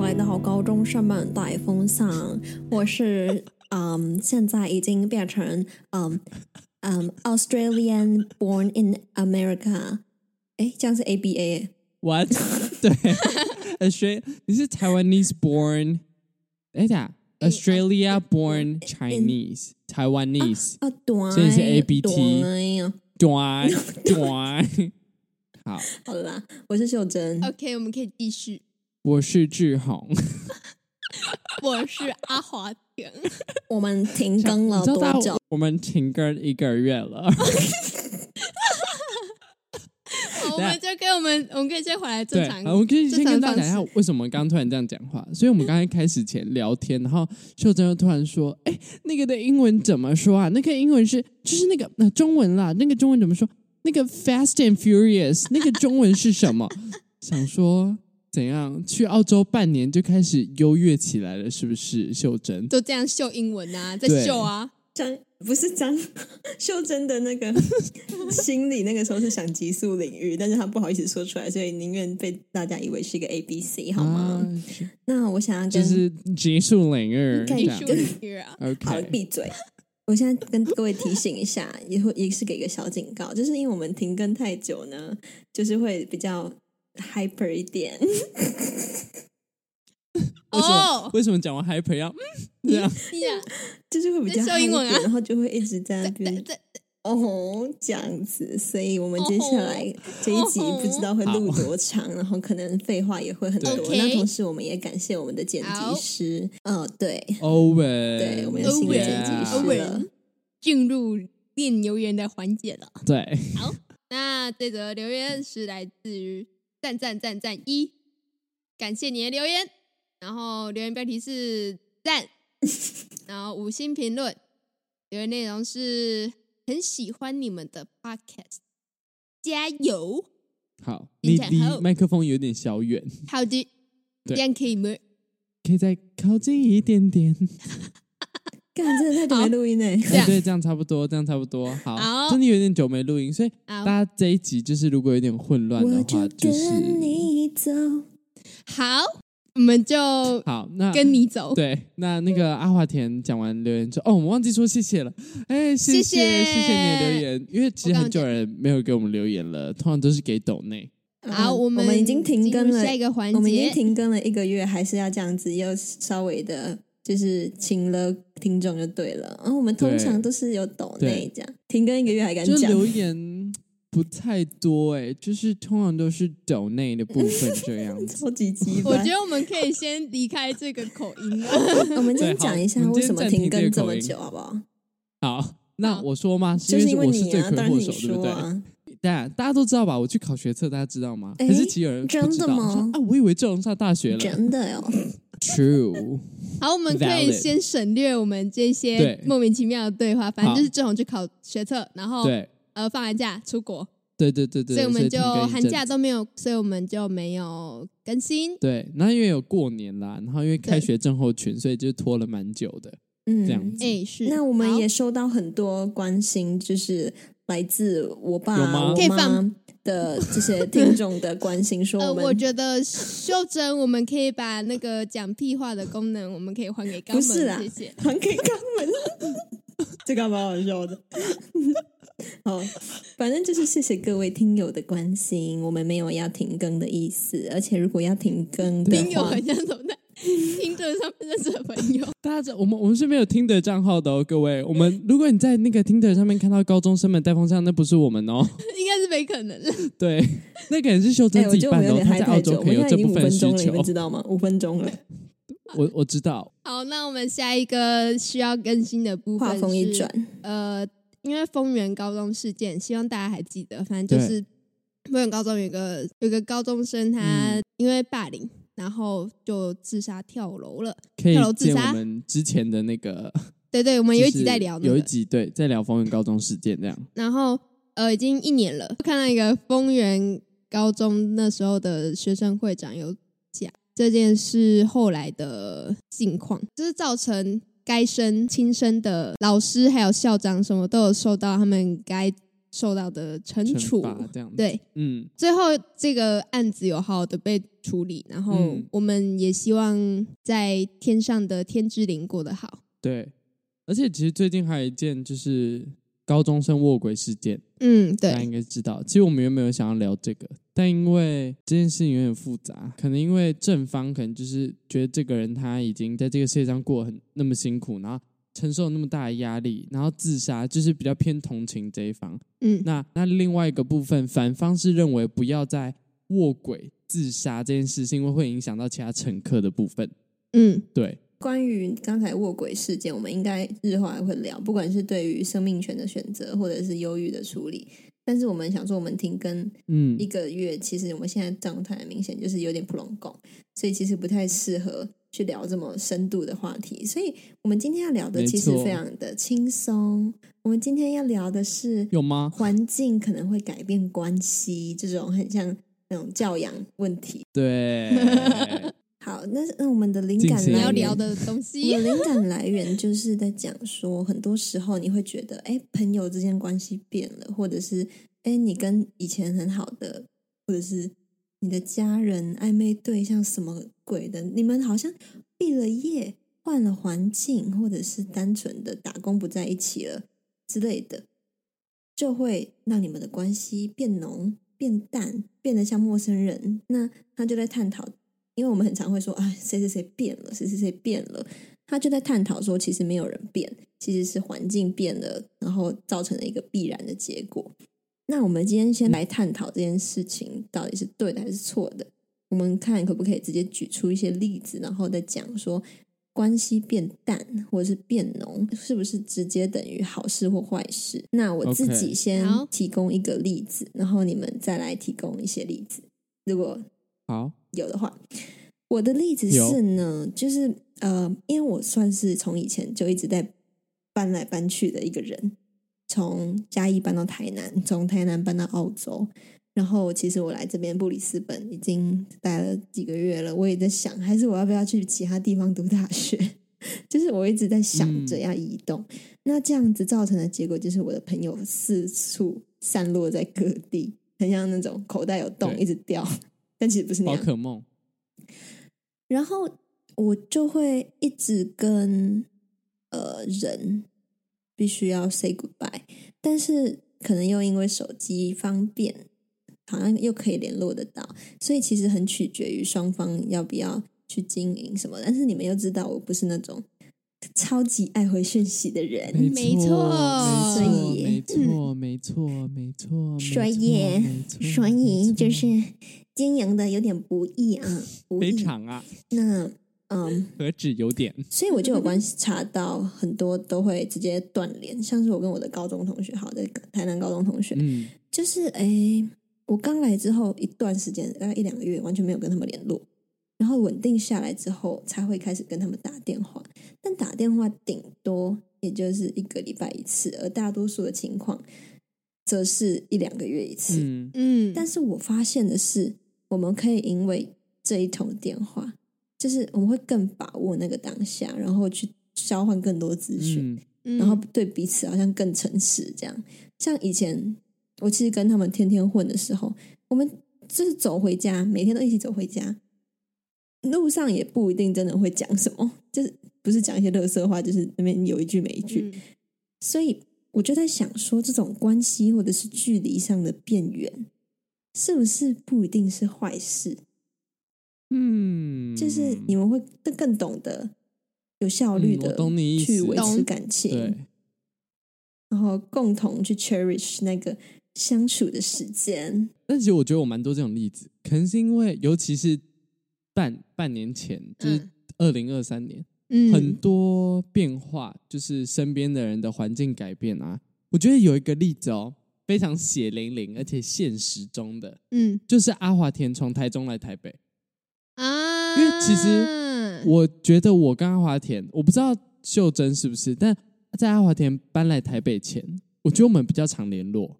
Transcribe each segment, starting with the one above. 来到好高中生们带风向，我 是嗯，现在已经变成嗯嗯 Australian born in America，哎，这样是 ABA， What？对 ，Australia，你是 Taiwanese born，哎呀，Australia Eh, born eh, Chinese Taiwanese，啊对，所以是 ABT 对啊 短 短。好，好啦，我是秀珍，呃 OK，我们可以继续。我是志宏。我是阿华田，我们停更了你知道多久？我们停更一个月了。好我们就跟我们，我们可以先回来正对，常。好我可以先正常跟大家方讲一下式为什么刚刚突然这样讲话。所以我们刚才开始前聊天，然后秀珍又突然说：“哎、那个的英文怎么说啊？那个英文是就是那个那、呃中文啦，那个中文怎么说？那个 Fast and Furious 那个中文是什么？” 想说怎样去澳洲半年就开始优越起来了，是不是？秀珍就这样秀英文啊，在对秀啊，张不是张 秀珍的那 个心里，那个时候是想极速领域，但是她不好意思说出来，所以宁愿被大家以为是一个 A B C 好吗？啊那我想要就跟是结束领域可这以艺样术。领域啊。好 OK，闭嘴。我现在跟各位提醒一下，也会也是给个小警告，就是因为我们停更太久呢，就是会比较 hyper 一点，为什么、哦为什么讲完 hyper 要嗯这样？你想就是会比较在 hyper，秀英文啊然后就会一直在那在边在哦，这样子，所以我们接下来这一集哦不知道会录多长，然后可能废话也会很多。对那同时，我们也感谢我们的剪辑师，哦，对，欧文，对我们有欧新的文剪辑师欧了文进入念留言的环节了。对，那这则留言是来自于赞赞赞赞一，感谢你的留言。然后留言标题是 赞，然后五星评论。留言内容是很喜欢你们的 podcast，加油！好，听你起来离好有麦克风有点小远，好的，这对样可以吗？可以再靠近一点点。干，真的太久没录音呢。这样哎对，这样差不多，这样差不多。好，好真的有点久没录音，所以好大家这一集就是如果有点混乱我的就话，就是跟你走，好，我们就好。那跟你走。对，那那个阿华田讲完留言之后，哦，我们忘记说谢谢了。哎，谢谢谢谢你的留言，因为其我实刚很久人没有给我们留言了，通常都是给抖内。好，嗯我们们已经停更进了入下，一个环节，我们已经停更了一个月，还是要这样子，又稍微的。就是请了听众就对了，啊然、后我们通对常都是有抖对内这样，停更一个月还敢就讲，留言不太多哎、就是通常都是抖内的部分这样子。超级鸡巴。我觉得我们可以先离开这个口音啊 了。我们先对好讲一下我们为今天什么暂停停这更个这口么音久，好不好？好，那好我说吗？是就是因为因为我是你罪啊，魁当然祸你首，对不说对？啊，大家大家都知道吧？我去考学测，大家知道吗？诶可是其实有人不知道真的吗说啊，我以为这种上大学了。真的哦， True，好，我们可以 Valid 先省略我们这些对莫名其妙的对话，反正好就是志宏去考学测，然后对呃放完假出国，对对对对，所以我们就停更一寒阵假子都没有，所以我们就没有更新。对，然后因为有过年啦，然后因为开学症候群，所以就拖了蛮久的。嗯，这样子哎，是，那我们好也收到很多关心，就是来自我爸、有吗可以我妈放的这些听众的关心，说呃，我我们觉得秀珍，我们可以把那个讲屁话的功能，我们可以还给高不是啊啦门，谢谢。还给肛门， 这个还蛮好笑的。 好，反正就是谢谢各位听友的关心，我们没有要停更的意思，而且如果要停更的听友话很，像什么的， 听着上面认识的朋友， 大家知道我们我们是没有听的账号的哦，各位。我们如果你在那个听的上面看到高中生们带风向，那不是我们哦。应该是没可能了。对， 那个人是修哎、真我自己觉得我办们的有哦，点他嗨在太澳洲久，可我以现有在已这经部五分哦分需钟了，你求们。知道吗？五分钟了。我我知道，好，那我们下一个需要更新的部分，话锋一转，，呃，因为丰原高中事件，希望大家还记得，反正就是丰原高中有个有个高中生，嗯他因为霸凌，然后就自杀跳楼了。可以跳楼自见杀我们之前的那个，对对，我们有一就集是在聊、那个有一集对，在聊丰原高中事件这样。然后呃，已经一年了，看到一个丰原高中那时候的学生会长有讲这件事后来的境况，就是造成该生亲生的老师还有校长什么都有受到他们该受到的惩惩处。罚这样子。对，嗯，最后这个案子有好好的被处理，然后嗯我们也希望在天上的天之灵过得好。对。而且其实最近还有一件就是高中生卧轨事件，嗯，大家对，应该知道。其实我们原本有想要聊这个，但因为这件事情有点复杂，可能因为正方可能就是觉得这个人他已经在这个世界上过得很那么辛苦，然后承受那么大的压力，然后自杀，就是比较偏同情这一方。嗯，那那另外一个部分，反方是认为不要再卧轨自杀这件事，是因为会影响到其他乘客的部分。嗯，对，关于刚才卧轨事件，我们应该日后还会聊，不管是对于生命权的选择，或者是忧郁的处理。但是我们想说，我们停更嗯一，个月，其实我们现在状态明显就是有点不拢共，所以其实不太适合去聊这么深度的话题。所以我们今天要聊的没其实错非常的轻松。我们今天要聊的是有吗？环境可能会改变关系，这种很像那种教养问题。 对，好，那那我们的灵进感行来你要源聊的东我西，们灵感来源就是在讲说，很多时候你会觉得，哎，朋友之间关系变了，或者是，哎，你跟以前很好的，或者是你的家人、暧昧对象什么鬼的，你们好像毕了业、换了环境，或者是单纯的打工不在一起了之类的，就会让你们的关系变浓、变淡，变得像陌生人。那他就在探讨。因为我们很常会说啊，谁谁谁变了，谁谁谁变了，他就在探讨说，其实没有人变，其实是环境变了，然后造成了一个必然的结果。那我们今天先来探讨这件事情到底是对的还是错的。我们看可不可以直接举出一些例子，然后再讲说关系变淡或者是变浓，是不是直接等于好事或坏事？那我自 OK 己先好提供一个例子，然后你们再来提供一些例子。如果好，有的话，我的例子有是呢，就是呃，因为我算是从以前就一直在搬来搬去的一个人，从嘉义搬到台南，从台南搬到澳洲，然后其实我来这边布里斯本已经待了几个月了，我也在想，还是我要不要去其他地方读大学？ 就是我一直在想着嗯要移动，那这样子造成的结果就是我的朋友四处散落在各地，很像那种口袋有洞对一直掉，但其实不是那宝样。可梦，然后我就会一直跟呃人必须要 say goodbye，但是可能又因为手机方便，好像又可以联络得到，所以其实很取决于双方要不要去经营什么。但是你们又知道，我不是那种超级爱回讯息的人，没错错，没所错，没错，没错，所以没错没错所以没错就是经营的有点不易啊，不非易。常啊，那嗯。何止有点，所以我就有观察到很多都会直接断联，像是我跟我的高中同学，好的台南高中同学，嗯，就是诶、我刚来之后一段时间，大概一两个月，完全没有跟他们联络，然后稳定下来之后，才会开始跟他们打电话。但打电话顶多也就是一个礼拜一次，而大多数的情况则是一两个月一次。嗯，嗯，但是我发现的是，我们可以因为这一通电话，就是我们会更把握那个当下，然后去交换更多资讯，嗯，嗯然后对彼此好像更诚实。这样，像以前我其实跟他们天天混的时候，我们就是走回家，每天都一起走回家，路上也不一定真的会讲什么，就是不是讲一些乐色话，就是那边有一句没一句。嗯所以我就在想说，这种关系或者是距离上的变远，是不是不一定是坏事？嗯，就是你们会更更懂得有效率嗯的我懂你意思去维持懂感对情，，然后共同去 cherish 那个相处的时间。但其实我觉得我蛮多这种例子，可能是因为尤其是半半年前，就是嗯二零二三年，嗯很多变化，就是身边的人的环境改变啊。我觉得有一个例子哦，非常血淋淋，而且现实中的，嗯就是阿华田从台中来台北。啊，因为其嗯实我觉得我跟阿华田，我不知道 秀珍是不是，但在阿华田搬来台北前，我觉得我们比较常联络，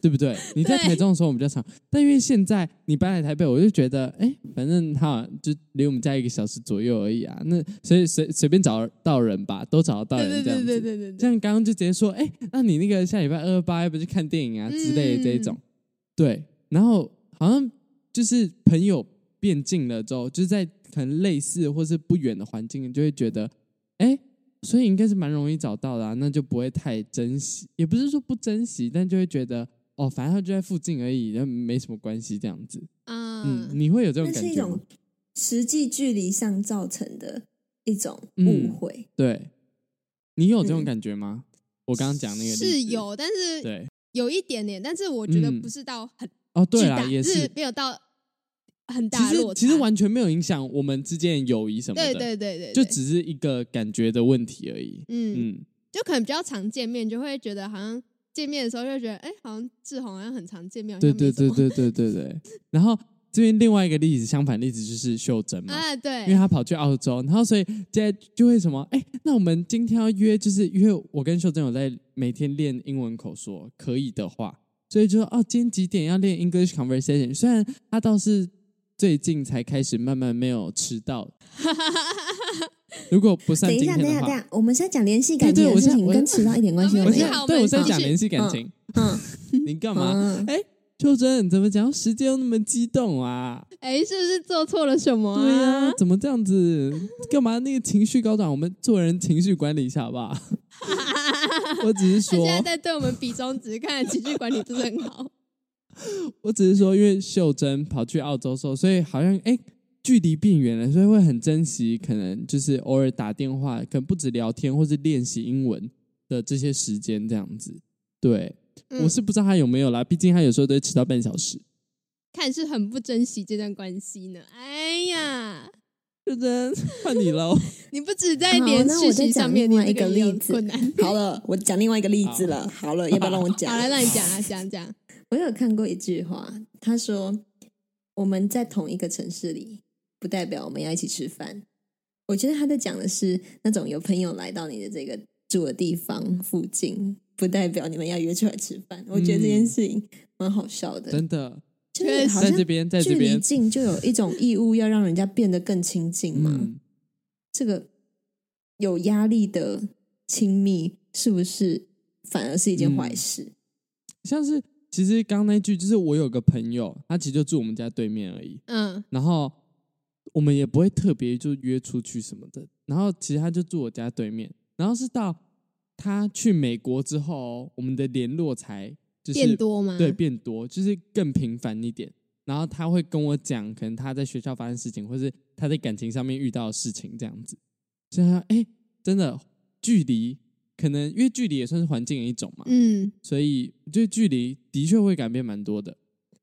对不对？你在对台中的时候我们比较常，但因为现在你搬来台北，我就觉得，哎，反正哈，就离我们家一个小时左右而已啊。那所以随随便找到人吧，都找得到对对人这样对子。对对对对，像刚刚就直接说，哎、那你那个下礼拜二八要不要去看电影啊之类的这一种，嗯对。然后好像就是朋友变近了之后，就是在可能类似或是不远的环境，你就会觉得，哎、所以应该是蛮容易找到的、啊，那就不会太珍惜，也不是说不珍惜，但就会觉得。哦，反正他就在附近而已，那没什么关系，这样子。嗯，嗯，你会有这种那感是一觉吗种？实际距离上造成的一种嗯误会。对，你有这种嗯感觉吗？我刚刚讲那个例子是，有，但是对，有一点点，但是我觉得嗯不是到很哦，对巨啦，大，也就是没有到很其大的落实其差。实完全没有影响我们之间的友谊什么的，对对对对，就对只是一个感觉的问题而已。嗯，嗯，就可能比较常见面，就会觉得好像见面的时候就会觉得，哎，好像志宏好像很常见面，好对像对没什对么对对对对。然后这边另外一个例子，相反例子就是秀珍嘛， 啊，对，因为她跑去澳洲，然后所以现在就会什么，哎，那我们今天要约，就是因为我跟秀珍有在每天练英文口说，可以的话，所以就说哦，今天几点要练 English conversation？虽然她倒是最近才开始慢慢没有迟 到，如果不算等一今下，天等一的下，等一话。下，我们现在讲联系感对情对的事情，我现在我跟迟到一点关系都我没现有好。在我们对我在继续讲联系感情，嗯你干嘛？嗯，哎，秋真，你怎么讲到时间又那么激动啊？哎，是不是做错了什么对呀、啊？怎么这样子？干嘛那个情绪高涨？我们做人情绪管理一下好不好？我只是他现在说，在对我们比中指，看来情绪管理不是很好。我只是说，因为秀珍跑去澳洲的时候，所以好像哎。距离变远了，所以会很珍惜，可能就是偶尔打电话，可能不止聊天或是练习英文的这些时间，这样子。对、嗯我是不知道他有没有啦，毕竟他有时候都会迟到半小时。看是很不珍惜这段关系呢。哎呀，秀珍，换你喽。你不止在好连那续我再性讲上面，另你外这一个也有例子 困难。好了，我讲另外一个例子了。好了，要不要让我讲？ 好，来让你讲啊，讲讲。我有看过一句话，他说：“我们在同一个城市里，不代表我们要一起吃饭。”我觉得他在讲的是那种有朋友来到你的这个住的地方附近，不代表你们要约出来吃饭。我觉得这件事情蛮好笑的，嗯真的，就是好在像这边，在距这离边，近就有一种义务要让人家变得更亲近嘛。嗯，这个有压力的亲密，是不是反而是一件坏事？像是其实刚刚那句，就是我有个朋友，他其实就住我们家对面而已，嗯然后我们也不会特别就约出去什么的，然后其实他就住我家对面，然后是到他去美国之后哦，我们的联络才就是变多吗？对，变多，就是更频繁一点。然后他会跟我讲，可能他在学校发生事情，或是他在感情上面遇到的事情，这样子。所以他哎，真的距离可能因为距离也算是环境的一种嘛，嗯，所以就距离的确会改变蛮多的。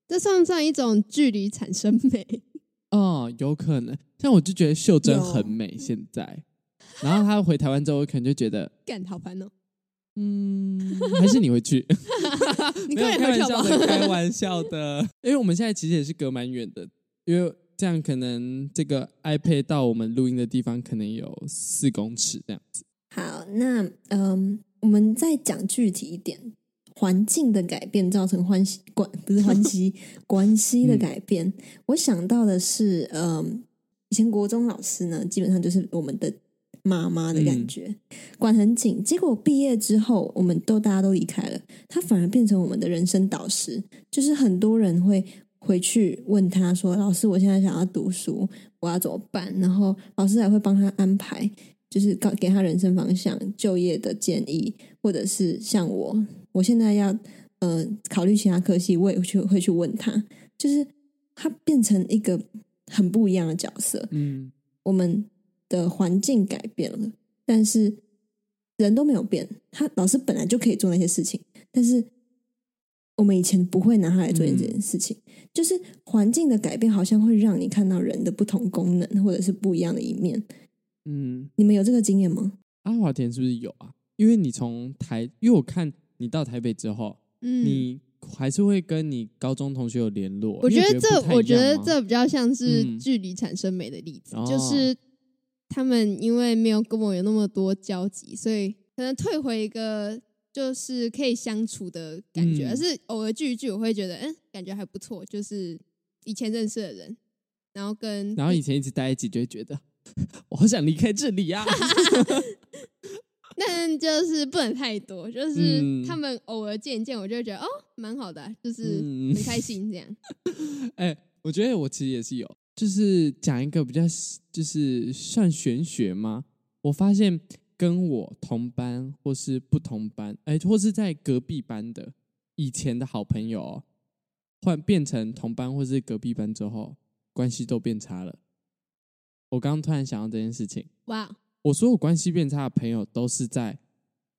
这算不算一种距离产生美？ 哦，有可能。像我就觉得秀珍有很美，现在。然后她回台湾之后，我可能就觉得，干好烦哦！嗯，还是你会去。你没有快点开玩笑回去好不的，开好？玩笑 的。因为我们现在其实也是隔蛮远的，因为这样可能这个 iPad 到我们录音的地方可能有四公尺这样子。好，那嗯，我们再讲具体一点，环境的改变造成欢喜关不是欢喜 关系的改变。我想到的是，嗯，以前国中老师呢，基本上就是我们的妈妈的感觉，管很紧。结果毕业之后，我们都大家都离开了，他反而变成我们的人生导师。就是很多人会回去问他说：“老师，我现在想要读书，我要怎么办？”然后老师还会帮他安排，就是告给他人生方向、就业的建议，或者是像我，我现在要呃考虑其他科系，我也去会去问他，就是他变成一个很不一样的角色。嗯，我们的环境改变了，但是人都没有变。他老师本来就可以做那些事情，但是我们以前不会拿它来做这件事情。就是环境的改变，好像会让你看到人的不同功能，或者是不一样的一面。嗯，你们有这个经验吗？阿华田是不是有啊？因为你从台，因为我看你到台北之后，嗯，你还是会跟你高中同学有联络。我你有觉得这，我觉得不太一样吗这比较像是嗯距离产生美的例子哦，就是他们因为没有跟我有那么多交集，所以可能退回一个。就是可以相处的感觉，嗯而是偶尔聚一聚，我会觉得嗯，感觉还不错，就是以前认识的人，然后跟然后以前一直待在一起，就会觉得 我好想离开这里啊呀、 但就是不能太多，就是嗯他们偶尔见一见，我就会觉得哦，蛮好的啊、就是嗯很，开心这样。哎、我觉得我其实也是有，就是讲一个比较就是算玄学吗？我发现跟我同班或是不同班，哎、或是在隔壁班的以前的好朋友哦、换变成同班或是隔壁班之后，关系都变差了。我刚刚突然想到这件事情，哇，哦我所有关系变差的朋友都是在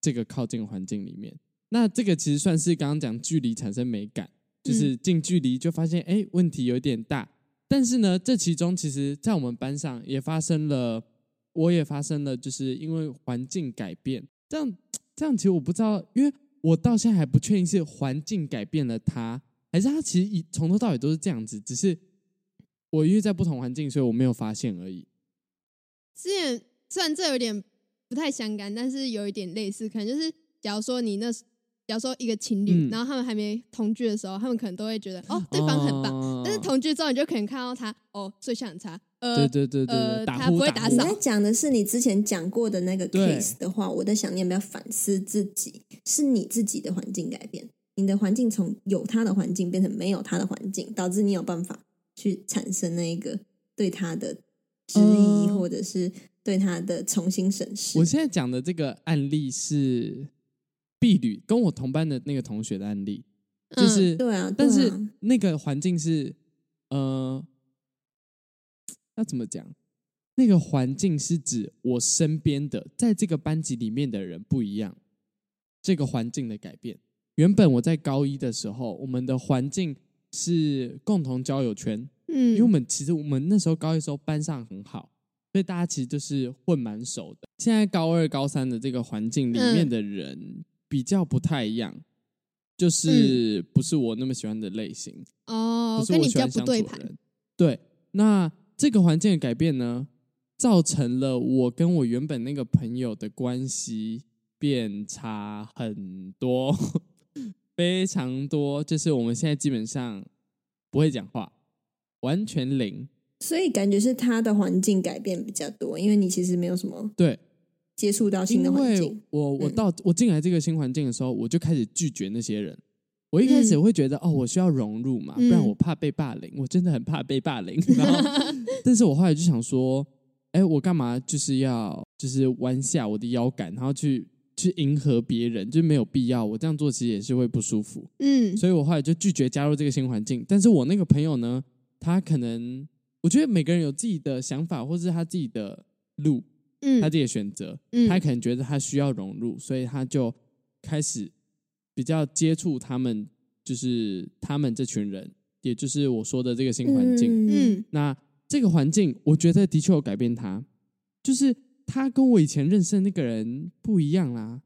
这个靠近环境里面。那这个其实算是刚刚讲距离产生美感，嗯就是近距离就发现哎、诶问题有点大。但是呢，这其中其实，在我们班上也发生了，我也发生了，就是因为环境改变，这样这样其实我不知道，因为我到现在还不确定是环境改变了他，还是他其实以从头到尾都是这样子，只是我因为在不同环境，所以我没有发现而已。之前虽然这有点不太相干，但是有一点类似，可能就是假如说你那时，假如说一个情侣，嗯然后他们还没同居的时候，他们可能都会觉得哦，对方很棒，哦但是同居之后，你就可能看到他哦，睡相很差，呃，对对对对，呃对，打他呼不会打打呼你扫在讲的是你之前讲过的那个对 case 的话，我在想你有没有反思自己，是你自己的环境改变，你的环境从有他的环境变成没有他的环境，导致你有办法去产生那一个对他的质疑，哦或者是对他的重新审视我。现在讲的这个案例是婢女，跟我同班的那个同学的案例，就嗯是、对啊，对但啊是那个环境是，呃，要怎么讲？那个环境是指我身边的，在这个班级里面的人不一样，这个环境的改变。原本我在高一的时候，我们的环境是共同交友圈，嗯，因为我们其实我们那时候高一的时候班上很好，所以大家其实就是混蛮熟的。现在高二、高三的这个环境里面的人比较不太一样，就是不是我那么喜欢的类型，哦不，是跟我你比喜较欢不相处的对人。盘，对，那这个环境的改变呢，造成了我跟我原本那个朋友的关系变差很多， 非常多。就是我们现在基本上不会讲话，完全零。所以感觉是他的环境改变比较多，因为你其实没有什么对，接触到新因的环为境。我我嗯到我进来这个新环境的时候，我就开始拒绝那些人。我一开始嗯会觉得、哦，我需要融入嘛，不嗯然我怕被霸凌，我真的很怕被霸凌。然后， 但是我后来就想说，哎，我干嘛就是要就是弯下我的腰杆，然后去去迎合别人，就没有必要。我这样做其实也是会不舒服。嗯，所以我后来就拒绝加入这个新环境。但是我那个朋友呢，他可能我觉得每个人有自己的想法，或是他自己的路，嗯他自己的选择，嗯他可能觉得他需要融入，所以他就开始比较接触他们，就是他们这群人，也就是我说的这个新环境。嗯那这个环境，我觉得的确有改变他，就是他跟我以前认识的那个人不一样啦。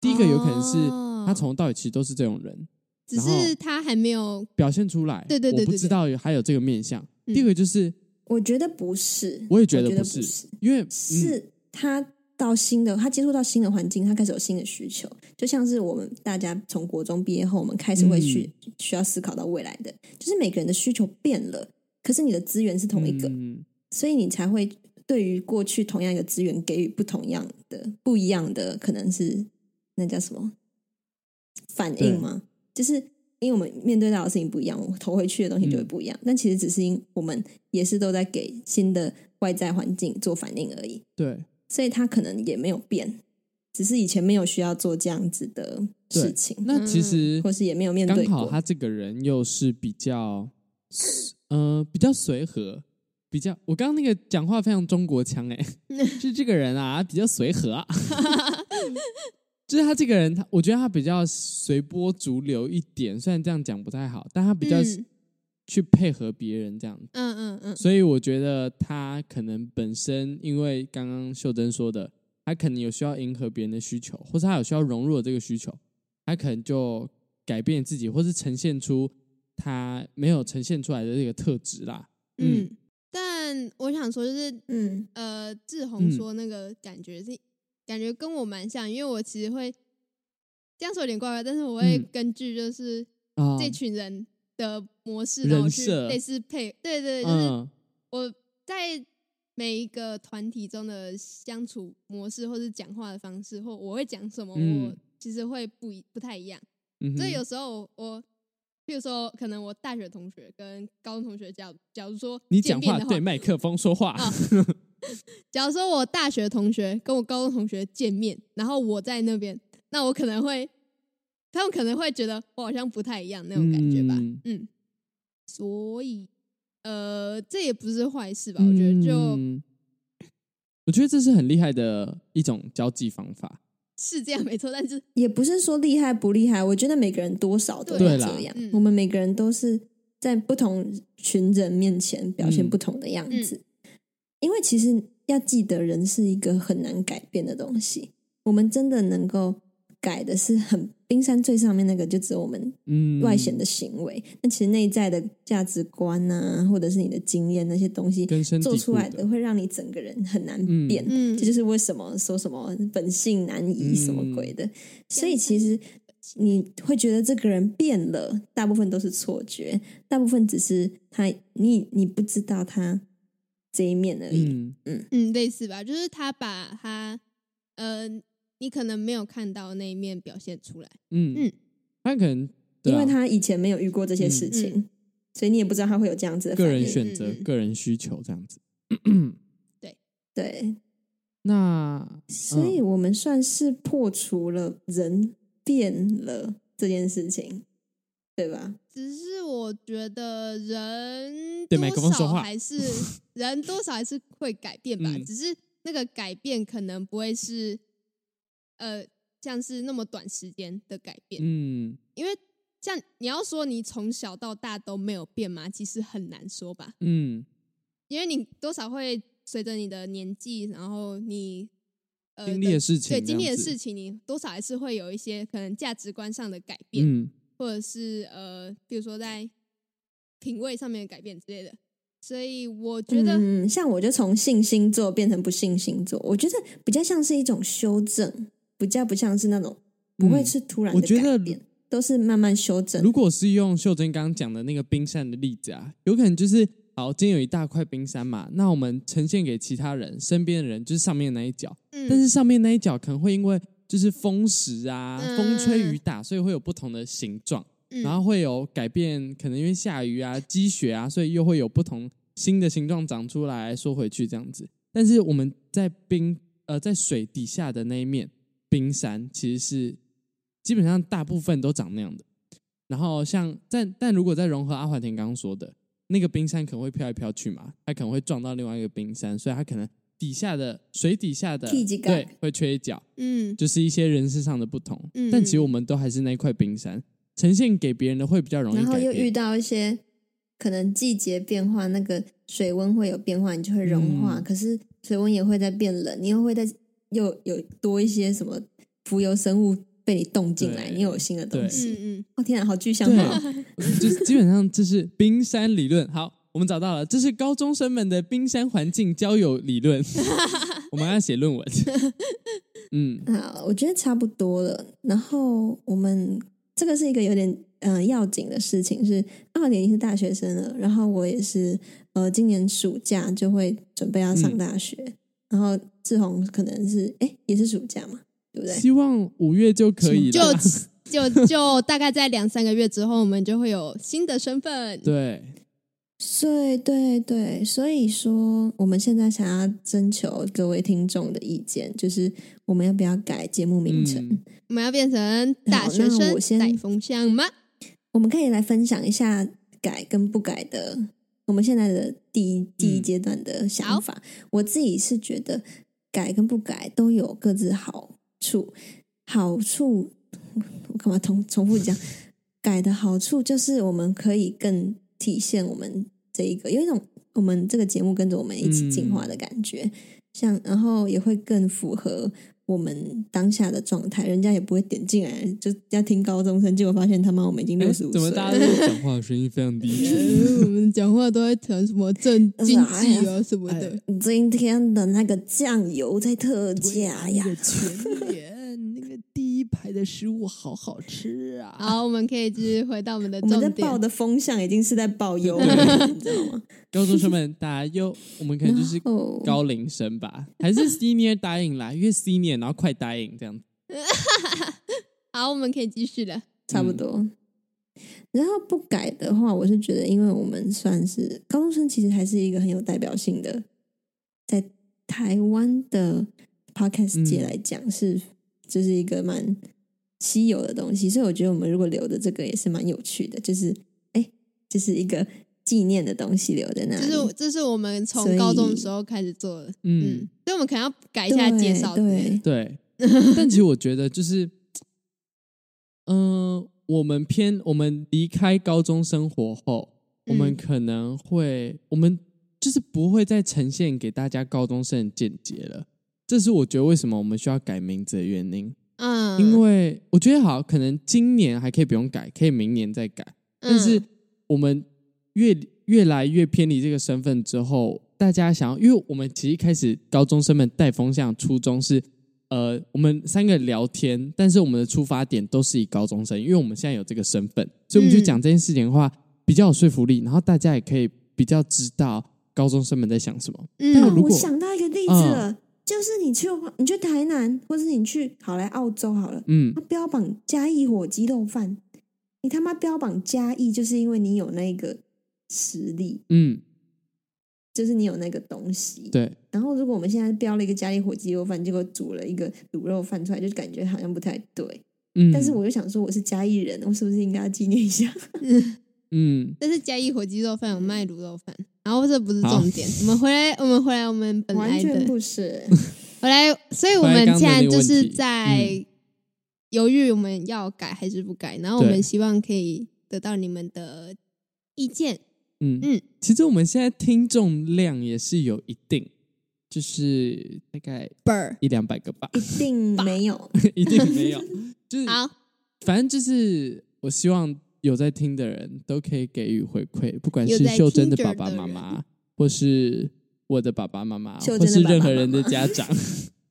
第一个有可能是哦他从头到尾其实都是这种人，只然后是他还没有表现出来。对对对我不对知对道有还有这个面相。嗯第二个就是，我觉得不是，我也觉得不不是因为、嗯、是他到新的，他接触到新的环境，他开始有新的需求，就像是我们大家从国中毕业后，我们开始会去、嗯需要思考到未来的，就是每个人的需求变了，可是你的资源是同一个，嗯所以你才会对于过去同样一个资源给予不同样的、不一样的，可能是那叫什么反应吗？就是因为我们面对到的事情不一样，我投回去的东西就会不一样。但其实只是因我们也是都在给新的外在环境做反应而已，对所以他可能也没有变，只是以前没有需要做这样子的对事情，嗯那其实或是也没有面刚对好过。他这个人又是比较，呃，比较随和，比较我刚刚那个讲话非常中国腔 哎、就是这个人啊比较随和、啊，就是他这个人，他我觉得他比较随波逐流一点，虽然这样讲不太好，但他比较嗯去配合别人这样子嗯嗯嗯所以我觉得他可能本身因为刚刚秀珍说的，他可能有需要迎合别人的需求，或是他有需要融入的这个需求，他可能就改变自己，或是呈现出他没有呈现出来的这个特质啦。嗯嗯，但我想说就是嗯，呃，志嗯宏说那个感觉是、感觉跟我蛮像，因为我其实会这样说有点怪怪，但是我会嗯根据就是哦啊，这群人的模式，然后人去设类似配，对对，就是嗯我在每一个团体中的相处模式，或是讲话的方式，或我会讲什么，嗯我其实会不一不太一样。嗯哼，所以有时候我我，譬如说，可能我大学同学跟高中同学假如假如说你见讲面话的对麦克风说话，啊假如说我大学同学跟我高中同学见面，然后我在那边，那我可能会，他们可能会觉得我好像不太一样那种感觉吧。嗯嗯所以呃，这也不是坏事吧？我觉得就嗯我觉得这是很厉害的一种交际方法。是这样没错，但是也不是说厉害不厉害，我觉得每个人多少都对会啦这样嗯。我们每个人都是在不同群人面前表现嗯不同的样子，因为其实要记得，人是一个很难改变的东西。我们真的能够改的是很冰山最上面那个，就只有我们嗯，外显的行为。那、其实内在的价值观啊，或者是你的经验那些东西，根深蒂固做出来的的会让你整个人很难嗯变。嗯这就是为什么说什么本性难移什么嗯鬼的。所以其实你会觉得这个人变了，大部分都是错觉，大部分只是他你你不知道他这一面而已。嗯嗯，类似吧，就是他把他呃，你可能没有看到那一面表现出来。嗯嗯嗯，他可能对因啊为他以前没有遇过这些事情，嗯所以你也不知道他会有这样子的个反人应。选择嗯、嗯个人需求这样子。对，那所嗯以我们算是破除了人变了这件事情，对吧？只是我觉得人对多麦克风说少话还是人多少还是会改变吧，嗯只是那个改变可能不会是呃像是那么短时间的改变，嗯因为像你要说你从小到大都没有变嘛，其实很难说吧，嗯，因为你多少会随着你的年纪，然后你呃经历的事情对经历的这样子事情，你多少还是会有一些可能价值观上的改变，嗯或者是呃，比如说在品味上面的改变之类的。所以我觉得，嗯，像我就从信星座变成不信星座，我觉得比较像是一种修正，比较不像是那种不会是突然嗯我的觉得改变，都是慢慢修正如。果是用秀珍刚刚讲的那个冰山的例子啊，有可能就是好，今天有一大块冰山嘛，那我们呈现给其他人、身边的人，就是上面那一角，嗯，但是上面那一角可能会因为就是风蚀啊、嗯风吹雨打，所以会有不同的形状，嗯然后会有改变，可能因为下雨啊、积雪啊，所以又会有不同新的形状长出来，缩回去这样子。但是我们在冰呃在水底下的那一面冰山，其实是基本上大部分都长那样的。然后像但但如果再融合阿华田刚刚说的，那个冰山可能会飘来飘去嘛，它可能会撞到另外一个冰山，所以它可能底下的水底下的踢一脚对会缺一角。嗯就是一些人事上的不同。嗯但其实我们都还是那块冰山，呈现给别人的会比较容易然后改又遇变。到一些可能季节变化，那个水温会有变化，你就会融化，嗯可是水温也会在变冷，你又会在又有多一些什么浮游生物被你冻进来，对你又有新的东对西。 嗯哦天啊，好具象对化哦！就是基本上这是冰山理论。好，我们找到了，这是高中生们的冰山环境交友理 论。我们要写论文。 嗯啊，我觉得差不多了。然后我们这个是一个有点呃要紧的事情，是二年已经是大学生了，然后我也是呃今年暑假就会准备要上嗯大学，然后志宏可能是哎也是暑假嘛，对不对？希望五月就可以嗯，就了。就就大概在两三个月之后，我们就会有新的身份。对，所以对对，所以说我们现在想要征求各位听众的意见，就是我们要不要改节目名称？嗯我们要变成大好学那生我先带风 向吗？我们可以来分享一下改跟不改的，我们现在的第一第一阶段的想法。我自己是觉得改跟不改都有各自好处，好处我干嘛重重复讲？改的好处就是我们可以更体现我们这一个，有一种我们这个节目跟着我们一起进化的感觉，像然后也会更符合我们当下的状态，人家也不会点进来就要听高中生，结果发现他妈我们已经六诶十五哎怎岁么大家了。 都讲话的声音非常低？嗯我们讲话都会谈什么 政经济啊什么的哎，今天的那个酱油在特价呀，前脸那个第一排的食物好好吃 啊！好，我们可以就是回到我们的我们在重报点。的风向已经是在 报忧了，你知道吗？高中生们，大家又我们可能就是哦高龄生吧，还是 senior 答应啦，因为 senior 然后快答应这样子。好，我们可以继续了。差不多。然后不改的话，我是觉得，因为我们算是高中生，其实还是一个很有代表性的，在台湾嗯的 podcast 界嗯来讲是，这、是一个蛮稀有的东西，所以我觉得我们如果留的这个也是蛮有趣的，就是哎，就是一个纪念的东西留在那这里，是我这是我们嗯所从以高中的时候开始做的，嗯嗯，，所以我们可能要改一对下介绍之类的。对，对。 但其实我觉得就是，嗯、我们偏我们离开高中生活后，我们嗯可能会，我们就是不会再呈现给大家高中生的见解了。这是我觉得为什么我们需要改名字的原因，嗯，因为我觉得好，可能今年还可以不用改，可以明年再改。但是嗯我们越越来越偏离这个身份之后，大家想要，因为我们其实一开始高中生们带风向初衷是，呃，我们三个聊天，但是我们的出发点都是以高中生，因为我们现在有这个身份，所以我们嗯就讲这件事情的话、比较有说服力，然后大家也可以比较知道高中生们在想什么。那嗯如我果想到一个例子嗯了，就是你去你去台南，或者你去好来澳洲好了。嗯他，标榜嘉义火鸡肉饭，你他妈标榜嘉义，就是因为你有那个实力，嗯，就是你有那个东西。。对，然后，如果我们现在标了一个嘉义火鸡肉饭，结果煮了一个卤肉饭出来，就感觉好像不太对。嗯，但是我又想说，我是嘉义人，我是不是应该要纪念一下？嗯，但是嘉义火鸡肉饭有嗯卖卤肉饭，然后这不是好重点。我们回来，我们回来，我们本完来全的不 是。回来，所以我回们来刚现刚的那在个就问是题嗯在犹豫我们要改还是不改，然后我对们希望可以得到你们的意见。嗯嗯嗯，其实我们现在听众量也是有一定，就是大概本儿一两百个吧，一定没有。一定没有，嗯就是好，反正就是我希望有在听的人都可以给予回馈，不管有是在秀珍的听爸着爸的妈人妈，或是我的爸爸妈妈，秀或珍的是爸爸任何人妈的妈家长，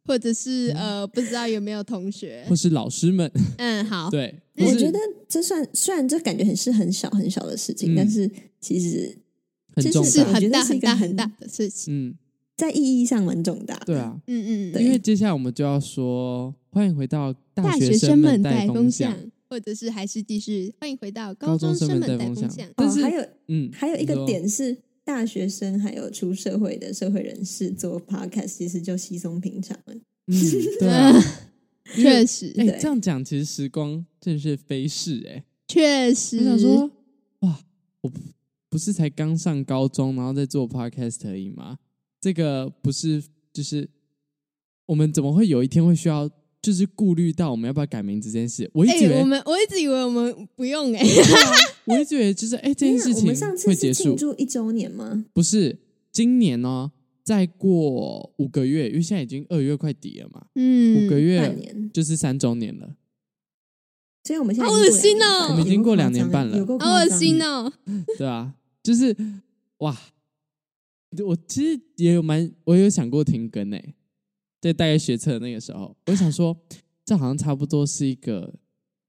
或者是嗯呃，不知道有没有同学或？是老师们，嗯，好，对，或我是觉得这算虽然这感觉很是很小很小的事情，嗯但是其实很就是重是大，我觉很得大是一很个大很很大的事情。嗯，在意义上蛮重大的。对啊，嗯嗯，对因为接下来我们就要说，欢迎回到大学生们带带风向，，或者是还是继续欢迎回到高中中生们们带带风风向向。哦但，是还有嗯，还有一你个说点是，大学生还有出社会的社会人士做 podcast，其实就稀松平常了。嗯，对啊，因为确实，哎、对这样讲其实时光真的是飞逝哎、确实，我想说，嗯哇，我不不是才刚上高中，然后在做 podcast 而已吗？这个不是就是我们怎么会有一天会需要，就是顾虑到我们要不要改名字这件事？我一哎、直以为，我们我一直以为我们不用哎、我一直以为就是哎、这对件呀事，我情们上次会是结束庆，祝一周年吗？不是今年哦，再过五个月，因为现在已经二月快底了嘛，嗯，五个半月年，就是三周年了。所以我们现在好已经恶心过两年哦半我已经们有够夸张有够过两年半了好恶心哦！哦。对啊，就是哇，我其实也有蛮，我有想过停更诶、欸在大概学测的那个时候，我想说，这好像差不多是一个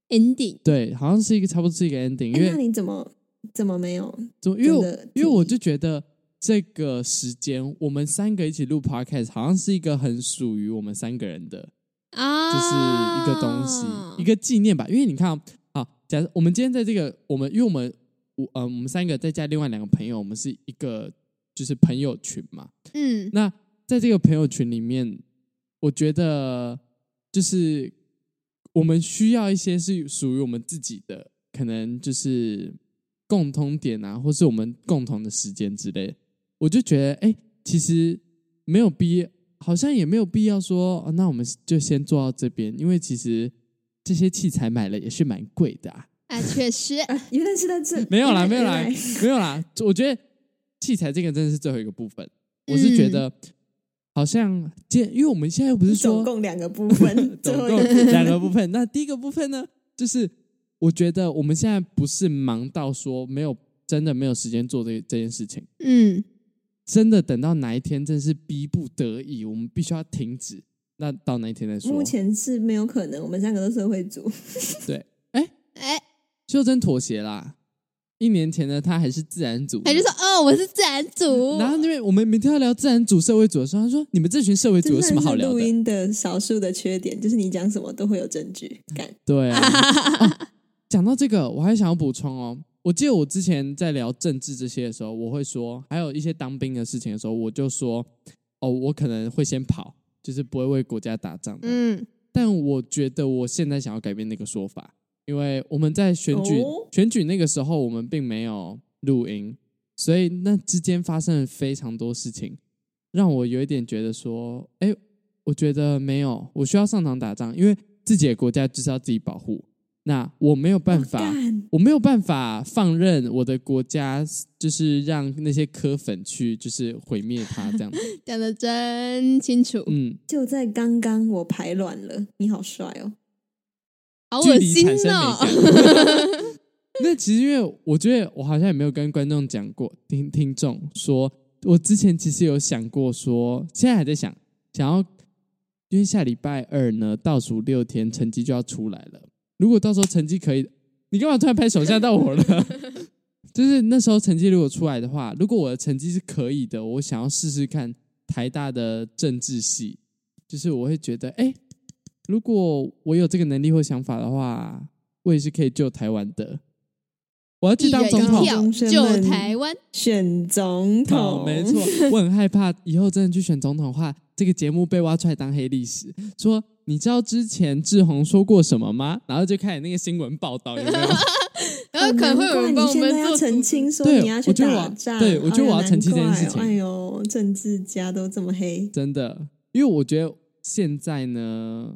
ending，对，好像是一个差不多是一个 ending，哎因那为你怎么怎么没有？怎么因为我真的因为我就觉得这个时间，我们三个一起录 podcast，好像是一个很属于我们三个人的，就是啊，一个东西，一个纪念吧。因为你看啊，好假设我们今天在这个，我们因为我们我呃，我们三个再加另外两个朋友，我们是一个就是朋友群嘛。嗯那在这个朋友群里面，我觉得就是我们需要一些是属于我们自己的，可能就是共通点啊，或是我们共同的时间之类的。我就觉得，哎、其实没有必要，好像也没有必要说，啊那我们就先做到这边，因为其实这些器材买了也是蛮贵的啊。啊，确实，啊原来是在这，没有 啦，原没有啦原来， 没有啦。我觉得器材这个真的是最后一个部分。嗯我是觉得好像今，因为我们现在又不是说总共两个部分，最 总后共一个两个部分。那第一个部分呢，就是我觉得我们现在不是忙到说没有真的没有时间做这这件事情，嗯真的等到哪一天真是逼不得已，我们必须要停止。那到那一天再说。目前是没有可能，我们三个都社会组，对，哎，哎，秀珍妥协啦。一年前呢，她还是自然组的，他就说哦，我是自然哦组，然后那边我们每天要聊自然组、社会组的时候，他说：“你们这群社会组有什么好这聊是录的音的少数的缺点就是你讲什么都会有证据感？”。对 啊、哦讲到这个，我还想要补充哦。我记得我之前在聊政治这些的时候，我会说，还有一些当兵的事情的时候，我就说：“哦，我可能会先跑，就是不会为国家打仗的。嗯，但我觉得我现在想要改变那个说法，因为我们在选举、哦选举那个时候，我们并没有录音，所以那之间发生了非常多事情，让我有一点觉得说，哎，我觉得没有，我需要上场打仗，因为自己的国家就是要自己保护。那我没有办法，哦干我没有办法放任我的国家，就是让那些科粉去就是毁灭它这 样子。讲的真清楚，嗯，就在刚刚我排卵了，你好帅哦！好距恶离心产生哦。美感。 那其实因为我觉得我好像也没有跟观众讲过，听听众说，我之前其实有想过说，现在还在想，想要，因为下礼拜二呢倒数六天成绩就要出来了，如果到时候成绩可以，你干嘛突然拍手吓到我了？ 就是那时候成绩如果出来的话，如果我的成绩是可以的，我想要试试看台大的政治系，就是我会觉得，哎、如果我有这个能力或想法的话，我也是可以救台湾的。我要去一当人总一统，票救台哦湾，选总好统，没错，我很害怕以后真的去选总统的话，这个节目被挖出来当黑历史，说你知道之前志宏说过什么吗？然后就开始那个新闻报道，有没有？然后呃可能会有人帮我哦难怪你现在们要做澄主清说对你要去我觉得我打仗，对我觉得我要哎呀澄清这件事情难怪哎呦，政治家都这么黑，真的，因为我觉得现在呢，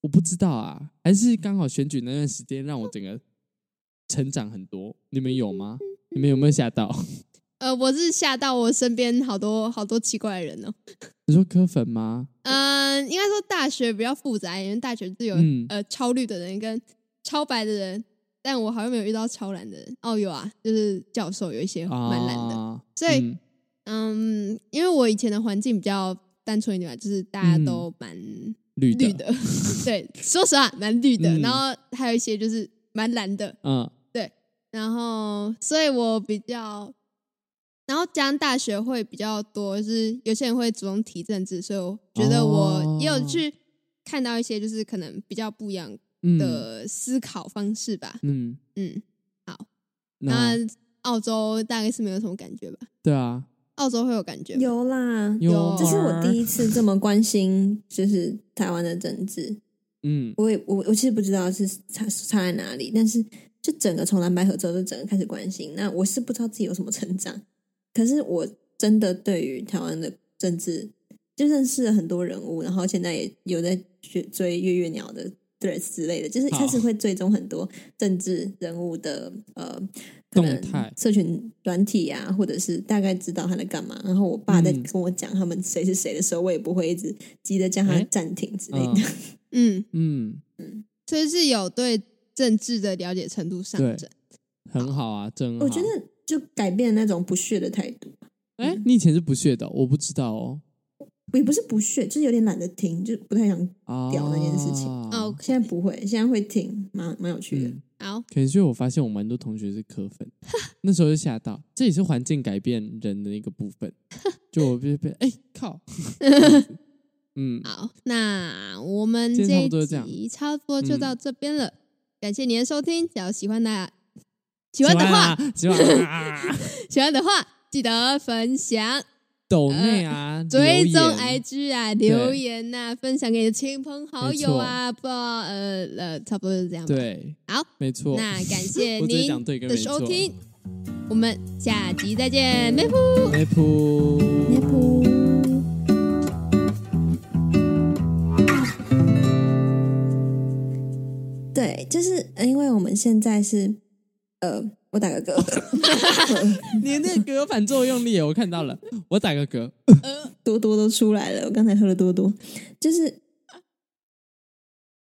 我不知道啊，还是刚好选举那段时间让我整个成长很多。你们有吗？你们有没有吓到？ 呃，我是吓到我身边好多好多奇怪的人哦。你说科粉吗？嗯，应该说大学比较复杂，因为大学是有、嗯呃超绿的人跟超白的人，但我好像没有遇到超蓝的人。哦，有啊，就是教授有一些蛮蓝的。啊所以嗯嗯，因为我以前的环境比较单纯一点嘛，就是大家都蛮嗯绿的，绿的， 对，说实话蛮绿的。嗯然后还有一些就是蛮蓝的，嗯，然后所以我比较，然后加上大学会比较多，就是有些人会主动提政治，所以我觉得我哦也有去看到一些就是可能比较不一样嗯，的思考方式吧。嗯，嗯，那那澳洲大概是没有什么感觉吧？对啊，澳洲会有感觉吗，有啦，有啊有这是我第一，一次这么关心，就是台湾的政治。嗯，我也我我其实不知道是差差在哪里，但是就整个从蓝白合之后就整个开始关心。那我是不知道自己有什么成长，可是我真的对于台湾的政治就认识了很多人物，然后现在也有在学追月月鸟的 threads 之类的，就是好开始会追踪很多政治人物的呃可能动态社群软体啊，或者是大概知道他在干嘛。然后我爸在嗯跟我讲他们谁是谁的时候，我也不会一直急着叫他哎暂停之类的。嗯嗯，嗯，所以是有对政治的了解程度上对涨。很好啊，真好。我觉得，就改变那种不屑的态度，哎，你以前是不屑的，我不知道哦。也不是不屑，就是有点懒得听，就不太想。啊，屌那件事情哦，现在不会，现在会听，蛮蛮有趣的。嗯，好，可能是因为我发现我蛮多同学是科粉， 那时候就吓到，这也是环境改变人的一个部 分。就我被被哎靠，嗯，好，那我们今天差不这多就这样一集差不多就嗯到这边了，感谢您的收听。只要喜欢的 喜喜欢的话，，喜欢 啊，喜欢的话记得分享、抖内啊，呃追踪留言 IG 啊、留言呐、分享给你的亲朋好友啊，不知道呃呃，差不多就这样吧。对，好，没错，那感 谢我只是您讲对跟没的收错，听， 我们下集再见，拜拜。梅普。 Apple对，就是呃因为我们现在是，呃，我打个嗝，你那个有反作用力耶，我看到了。我打个嗝，多多都出来了，我刚才喝了多多，就是